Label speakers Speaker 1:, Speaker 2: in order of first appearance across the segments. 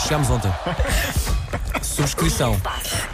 Speaker 1: Chegámos ontem. Subscrição.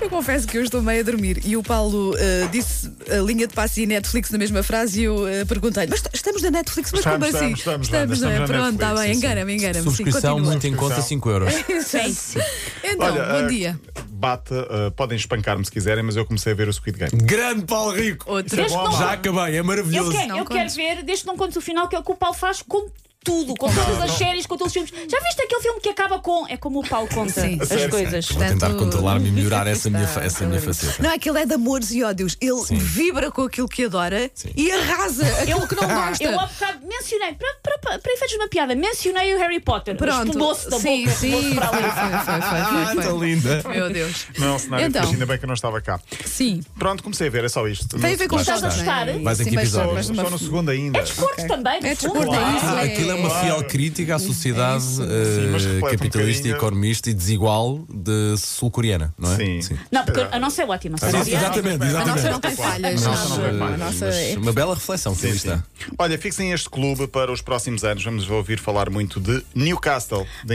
Speaker 2: Eu confesso que eu estou meio a dormir e o Paulo eh, disse a linha de passe e Netflix na mesma frase e eu eh, perguntei-lhe, mas t- estamos na Netflix, mas
Speaker 3: Estamos,
Speaker 2: como assim?
Speaker 3: estamos, estamos,
Speaker 2: não é?
Speaker 3: Wanda, estamos na
Speaker 2: Pronto,
Speaker 3: Netflix,
Speaker 2: está bem,
Speaker 3: sim, sim.
Speaker 2: engana-me, engana-me. Sim,
Speaker 1: Subscrição
Speaker 2: continua.
Speaker 1: muito em conta,
Speaker 3: Subscrição.
Speaker 1: 5 euros.
Speaker 2: Exato. Então,
Speaker 3: Olha,
Speaker 2: bom
Speaker 3: eh,
Speaker 2: dia.
Speaker 3: Bate, eh, podem espancar-me se quiserem, mas eu comecei a ver o Squid Game.
Speaker 1: Grande Paulo Rico.
Speaker 2: Outro.
Speaker 3: Isso é bom,
Speaker 1: Já acabei, é
Speaker 4: Eu,
Speaker 1: maravilhoso.
Speaker 4: quero,
Speaker 2: Não
Speaker 4: eu
Speaker 2: contes.
Speaker 4: quero ver, desde que não contes o final, que é o que o Paulo faz com tudo, com todas as séries, com todos os filmes. Já viste aquele filme que acaba com. É como o Paulo conta
Speaker 2: Sim.
Speaker 4: as
Speaker 3: Sério?
Speaker 4: coisas.
Speaker 1: Vou tentar
Speaker 2: Portanto,
Speaker 1: controlar-me e melhorar essa minha, fa- essa minha
Speaker 2: Paulo Rico.
Speaker 1: faceta.
Speaker 2: Não, aquele é de amores e ódios. Ele vibra com aquilo que adora
Speaker 1: Sim. É
Speaker 2: e arrasa aquilo que não gosta.
Speaker 4: Eu há bocado mencionei, para, para, para, para efeitos de uma piada, mencionei o Harry Potter.
Speaker 2: Pronto.
Speaker 4: Explodou-se da
Speaker 2: sim,
Speaker 4: boca.
Speaker 2: sim.
Speaker 4: explodou-se para ali.
Speaker 2: foi, foi, foi, foi,
Speaker 1: Está
Speaker 2: foi.
Speaker 1: Ah, tá linda.
Speaker 2: Meu Deus.
Speaker 3: Não é um cenário
Speaker 2: Então.
Speaker 3: triste, ainda bem que eu não estava cá.
Speaker 2: Sim.
Speaker 3: Pronto, comecei a ver, é só isto.
Speaker 2: Tem a
Speaker 3: Não-
Speaker 2: ver com
Speaker 4: Mas estás a
Speaker 2: jogos,
Speaker 4: gostar?
Speaker 2: não é?
Speaker 1: Mas em que
Speaker 2: Sim, mas-
Speaker 1: episódio?
Speaker 2: mas
Speaker 3: Estou
Speaker 2: numa-
Speaker 3: estou no segundo ainda.
Speaker 4: É desporto também, no
Speaker 2: É
Speaker 4: fundo.
Speaker 2: desporto, é isso.
Speaker 1: Ah, aquilo é uma
Speaker 3: Claro.
Speaker 1: fiel crítica à sociedade
Speaker 3: Sim, mas
Speaker 1: eh,
Speaker 3: reflete um
Speaker 1: capitalista,
Speaker 3: bocadinho.
Speaker 1: economista e desigual de sul-coreana, não é?
Speaker 3: Sim.
Speaker 4: Não, porque a nossa é ótima.
Speaker 3: A nossa-
Speaker 1: Exatamente,
Speaker 2: A nossa não
Speaker 1: exatamente.
Speaker 2: tem falhas.
Speaker 3: A nossa não tem
Speaker 2: sabe?
Speaker 3: falhas,
Speaker 2: A nossa
Speaker 1: eh, Mas
Speaker 2: é
Speaker 1: uma bela reflexão que
Speaker 3: Sim,
Speaker 1: ali
Speaker 3: sim.
Speaker 1: está.
Speaker 3: Olha, fixem este clube para os próximos anos. Vamos ouvir falar muito de Newcastle, da
Speaker 4: Pois,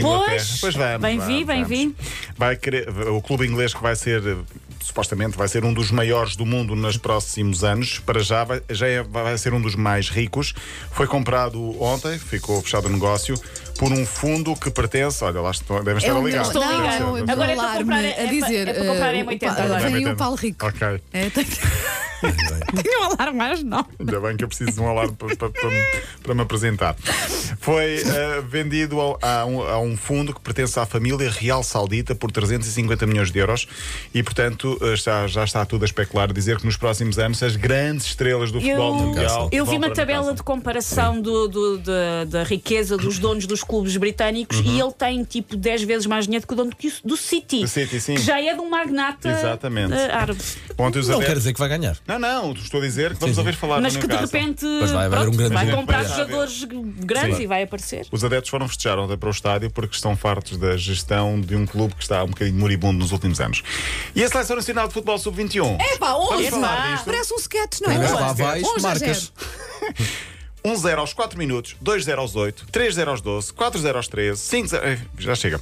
Speaker 3: Inglaterra. vamos.
Speaker 4: bem
Speaker 3: vamos,
Speaker 4: vi, bem
Speaker 3: vamos.
Speaker 4: vi.
Speaker 3: Vai querer, o clube inglês que vai ser, eh, supostamente, vai ser um dos maiores do mundo nos próximos anos. Para já, vai, já é- vai ser um dos mais ricos. Foi comprado ontem, ficou fechado o negócio, por um fundo que pertence. Olha, lá estão, devem estar
Speaker 2: É
Speaker 3: a
Speaker 2: um-
Speaker 3: ligar.
Speaker 2: não,
Speaker 4: Estou a ligar.
Speaker 2: não, eu
Speaker 4: Agora é para
Speaker 2: estou a
Speaker 4: comprar,
Speaker 2: alarme
Speaker 4: é
Speaker 2: a
Speaker 4: para-
Speaker 2: dizer.
Speaker 4: é para comprar
Speaker 2: eh,
Speaker 4: em
Speaker 2: o
Speaker 4: 80.
Speaker 2: Pa-
Speaker 4: Agora. um
Speaker 2: Vem o Paulo Rico.
Speaker 3: Ok.
Speaker 2: É, tem que- Tenho um alarme mais, não.
Speaker 3: Ainda bem que eu preciso de um alarme para, para- para me- para me apresentar. Foi eh, vendido ao- a, um, a um fundo que pertence à família real saudita por 350 milhões de euros e, portanto, eh, está- já está tudo a especular, dizer que nos próximos anos as grandes estrelas do futebol mundial.
Speaker 4: Eu vi
Speaker 3: vão
Speaker 4: uma
Speaker 3: para
Speaker 4: tabela de
Speaker 3: Newcastle.
Speaker 4: comparação do, do- da- da riqueza
Speaker 3: Uhum.
Speaker 4: dos donos dos clubes britânicos e ele tem tipo 10 vezes mais dinheiro que o dono do, do City.
Speaker 3: Do City, sim.
Speaker 4: Que já é de um magnata
Speaker 3: Exatamente.
Speaker 4: eh, árabe.
Speaker 3: Ontem os
Speaker 1: Não
Speaker 3: adeptos-
Speaker 1: quer dizer que vai ganhar.
Speaker 3: não, não, estou a dizer que vamos
Speaker 1: sim.
Speaker 3: ouvir falar
Speaker 4: Mas
Speaker 3: do
Speaker 4: que de
Speaker 3: Newcastle.
Speaker 4: repente
Speaker 1: Mas vai haver
Speaker 4: pronto,
Speaker 1: um grande
Speaker 4: vai
Speaker 1: movimento.
Speaker 4: comprar
Speaker 3: Vai haver.
Speaker 4: jogadores grandes
Speaker 3: Sim.
Speaker 4: e vai aparecer.
Speaker 3: Os adeptos foram festejar ontem para o estádio porque estão fartos da gestão de um clube que está um bocadinho moribundo nos últimos anos. E a Seleção Nacional de Futebol
Speaker 4: É
Speaker 3: Sub-21?
Speaker 2: Epá,
Speaker 3: Vamos
Speaker 2: hoje
Speaker 3: falar
Speaker 2: pá,
Speaker 3: disto?
Speaker 2: parece um sketch, não é?
Speaker 1: Mas
Speaker 2: Um
Speaker 1: lá
Speaker 2: a
Speaker 1: vais,
Speaker 2: zero. Um a
Speaker 1: marcas.
Speaker 2: zero.
Speaker 3: 1-0 aos 4 minutos, 2-0 aos 8, 3-0 aos 12, 4-0 aos 13, 5-0. eh, Já chega.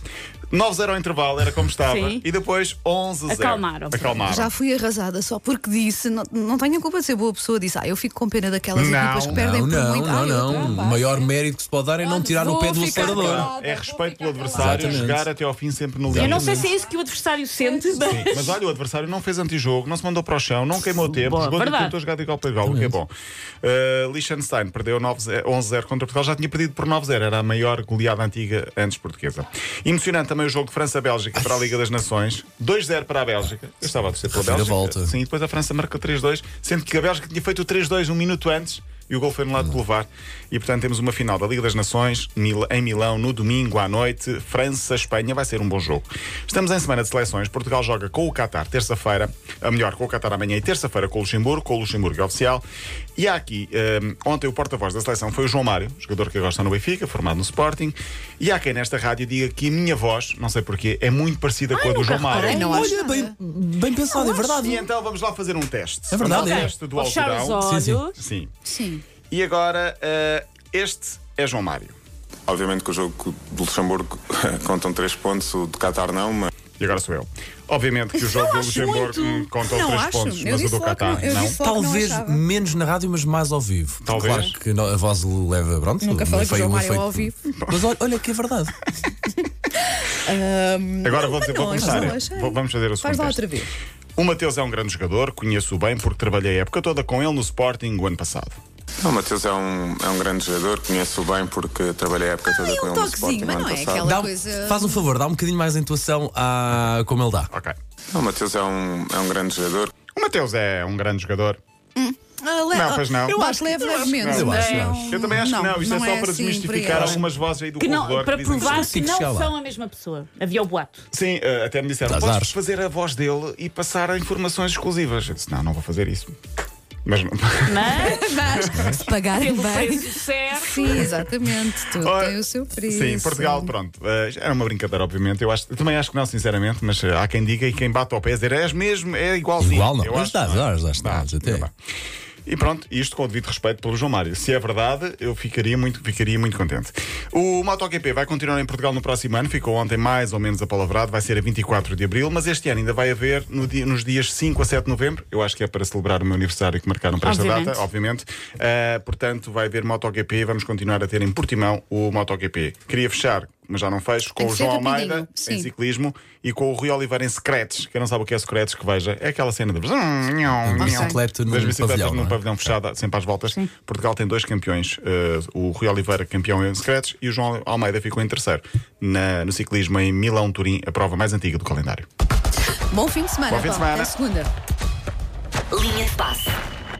Speaker 3: 9-0 ao intervalo, era como estava.
Speaker 4: Sim.
Speaker 3: E depois 11-0.
Speaker 4: Acalmaram.
Speaker 3: Acalmaram.
Speaker 2: Já fui arrasada só porque disse, não, não tenho culpa de ser boa pessoa, disse, ah, eu fico com pena daquelas
Speaker 3: Não,
Speaker 2: equipas que perdem
Speaker 1: Não,
Speaker 2: por
Speaker 1: não,
Speaker 2: muito. Ah,
Speaker 1: não,
Speaker 2: eu-
Speaker 1: não.
Speaker 2: Ah,
Speaker 1: O
Speaker 2: pá.
Speaker 1: maior mérito que se pode dar é não tirar o pé do
Speaker 2: Vou ficar
Speaker 1: acelerador.
Speaker 2: calada.
Speaker 3: É respeito pelo adversário,
Speaker 1: Exatamente.
Speaker 3: jogar até ao fim sempre no
Speaker 4: Eu
Speaker 3: limite.
Speaker 4: não sei se é isso que o adversário sente,
Speaker 3: Sim, mas olha, o adversário não fez antijogo, não se mandou para o chão, não queimou tempo,
Speaker 4: Boa,
Speaker 3: jogou tipo
Speaker 4: verdade.
Speaker 3: tentou jogar de igual para igual, o que é bom. Uh, Liechtenstein perdeu 9-0 11-0 contra Portugal, já tinha perdido por 9-0, era a maior goleada antiga antes portuguesa. Emocionante também o jogo de França-Bélgica para a Liga das Nações, 2-0 para a Bélgica. Eu estava a torcer pela Bélgica.
Speaker 1: Reviravolta.
Speaker 3: Sim, assim, depois a França marcou 3-2, sendo que a Bélgica tinha feito o 3-2 um minuto antes. E o gol foi no lado de levar. E portanto temos uma final da Liga das Nações Mil- em Milão no domingo à noite. França-Espanha vai ser um bom jogo. Estamos em semana de seleções. Portugal joga com o Qatar terça-feira. A melhor, com o Qatar amanhã e terça-feira com o Luxemburgo. Com o Luxemburgo é oficial. E há aqui, hum, ontem o porta-voz da seleção foi o João Mário, jogador que agora está no Benfica, formado no Sporting. E há quem nesta rádio diga que a minha voz, não sei porquê, é muito parecida com a do
Speaker 4: nunca
Speaker 3: João Mário.
Speaker 4: reparei,
Speaker 2: não acho
Speaker 1: Olha, bem, bem pensado, é
Speaker 3: E
Speaker 1: verdade.
Speaker 3: então vamos lá fazer um teste.
Speaker 1: É verdade,
Speaker 3: Vamos ao
Speaker 1: é.
Speaker 3: teste do
Speaker 4: Vou fechar os
Speaker 3: algodão.
Speaker 4: olhos.
Speaker 1: Sim,
Speaker 3: Sim.
Speaker 2: Sim.
Speaker 3: E agora, eh, este é João Mário.
Speaker 5: Obviamente que o jogo do Luxemburgo contam três pontos, o do Qatar não, mas
Speaker 3: E agora sou eu. Obviamente que o
Speaker 2: Não
Speaker 3: jogo do
Speaker 2: acho
Speaker 3: Luxemburgo
Speaker 2: muito.
Speaker 3: hum, contou
Speaker 2: Não
Speaker 3: três
Speaker 2: acho.
Speaker 3: pontos,
Speaker 2: Eu
Speaker 3: mas o
Speaker 2: disse
Speaker 3: do
Speaker 2: logo que
Speaker 3: Qatar
Speaker 2: não- eu
Speaker 3: não.
Speaker 2: disse logo-
Speaker 1: Talvez
Speaker 2: Não achava.
Speaker 1: menos na rádio, mas mais ao vivo.
Speaker 3: Talvez.
Speaker 1: Claro que não- a voz leva pronto.
Speaker 2: Nunca falei com
Speaker 1: efeito-
Speaker 2: o João
Speaker 1: um
Speaker 2: Mário
Speaker 1: efeito-
Speaker 2: ao vivo.
Speaker 1: Mas olha, olha que é verdade.
Speaker 3: Agora vou dizer, vou
Speaker 2: Não,
Speaker 3: começar.
Speaker 2: não
Speaker 3: eu.
Speaker 2: achei.
Speaker 3: Vou- Vamos fazer o segundo
Speaker 2: Faz lá
Speaker 3: teste.
Speaker 2: outra vez.
Speaker 3: O Mateus é um grande jogador, conheço-o bem porque trabalhei a época toda com ele no Sporting o ano passado.
Speaker 5: o Matheus é um, é um grande jogador, conheço-o bem porque trabalhei a época toda
Speaker 2: e
Speaker 5: com
Speaker 2: um
Speaker 5: ele no
Speaker 2: toquezinho,
Speaker 5: Sporting
Speaker 2: mas
Speaker 5: no ano
Speaker 2: não é
Speaker 5: passado.
Speaker 2: aquela-
Speaker 1: Dá-
Speaker 2: coisa-
Speaker 1: Faz um favor, dá um bocadinho mais de intuação a como ele dá.
Speaker 3: Ok.
Speaker 5: Não, O Matheus é um, é um grande jogador,
Speaker 3: O Mateus é um grande jogador.
Speaker 2: Ah, le-
Speaker 3: Não, pois não.
Speaker 2: Eu
Speaker 3: Não,
Speaker 2: acho leve levemente.
Speaker 1: Eu acho,
Speaker 2: não-
Speaker 1: acho.
Speaker 3: Eu também acho que não. Isto é só para
Speaker 2: assim,
Speaker 3: desmistificar
Speaker 2: por aí.
Speaker 3: algumas vozes aí do
Speaker 4: Que não-
Speaker 3: corredor.
Speaker 4: para
Speaker 3: que dizem
Speaker 4: provar que
Speaker 1: consigo
Speaker 4: não
Speaker 1: chegar lá.
Speaker 4: são a mesma pessoa. Havia o boato.
Speaker 3: Sim, eh, até me disseram,
Speaker 1: Dá
Speaker 3: podes
Speaker 1: azares.
Speaker 3: fazer a voz dele e passar a informações exclusivas. Eu disse, não, não vou fazer isso. Mas não.
Speaker 4: Mas,
Speaker 2: Mas se pagarem
Speaker 4: pelo
Speaker 2: bem.
Speaker 4: preço certo.
Speaker 2: Sim, exatamente. Tudo
Speaker 3: Ora,
Speaker 2: tem o seu preço.
Speaker 3: Sim, Portugal, pronto. eh, já era uma brincadeira, obviamente. Eu acho, eu também acho que não, sinceramente, mas eh, há quem diga e quem bate ao pé dizer, és mesmo, é igualzinho.
Speaker 1: Igual não.
Speaker 3: Eu
Speaker 1: Mas
Speaker 3: acho
Speaker 1: dá,
Speaker 3: que não é.
Speaker 1: dá, dá, dá, até.
Speaker 3: dá. E pronto, isto com o devido respeito pelo João Mário. Se é verdade, eu ficaria muito, ficaria muito contente. O MotoGP vai continuar em Portugal no próximo ano, ficou ontem mais ou menos apalavrado, vai ser a 24 de abril, mas este ano ainda vai haver no dia- nos dias 5 a 7 de novembro. Eu acho que é para celebrar o meu aniversário que marcaram para esta
Speaker 4: Obviamente.
Speaker 3: data, obviamente. Ah, portanto, vai haver MotoGP e vamos continuar a ter em Portimão o MotoGP. Queria fechar, mas já não fecho, com
Speaker 2: Tem que
Speaker 3: o
Speaker 2: ser
Speaker 3: João
Speaker 2: rapidinho,
Speaker 3: Almeida,
Speaker 2: sim.
Speaker 3: em ciclismo, e com o Rui Oliveira em secretos. Quem não sabe o que é secretos, que veja. É aquela cena de.
Speaker 1: bicicleta num
Speaker 3: Das bicicletas
Speaker 1: pavilhão,
Speaker 3: num
Speaker 1: não é?
Speaker 3: pavilhão fechado, sempre às voltas. Portugal tem dois campeões. eh, o Rui Oliveira, campeão em secretos, e o João Almeida ficou em terceiro na- no ciclismo em Milão-Turim, a prova mais antiga do calendário.
Speaker 2: Bom fim de semana.
Speaker 3: Bom fim de
Speaker 2: Paulo.
Speaker 3: semana.
Speaker 2: Até segunda.
Speaker 6: Linha de passe.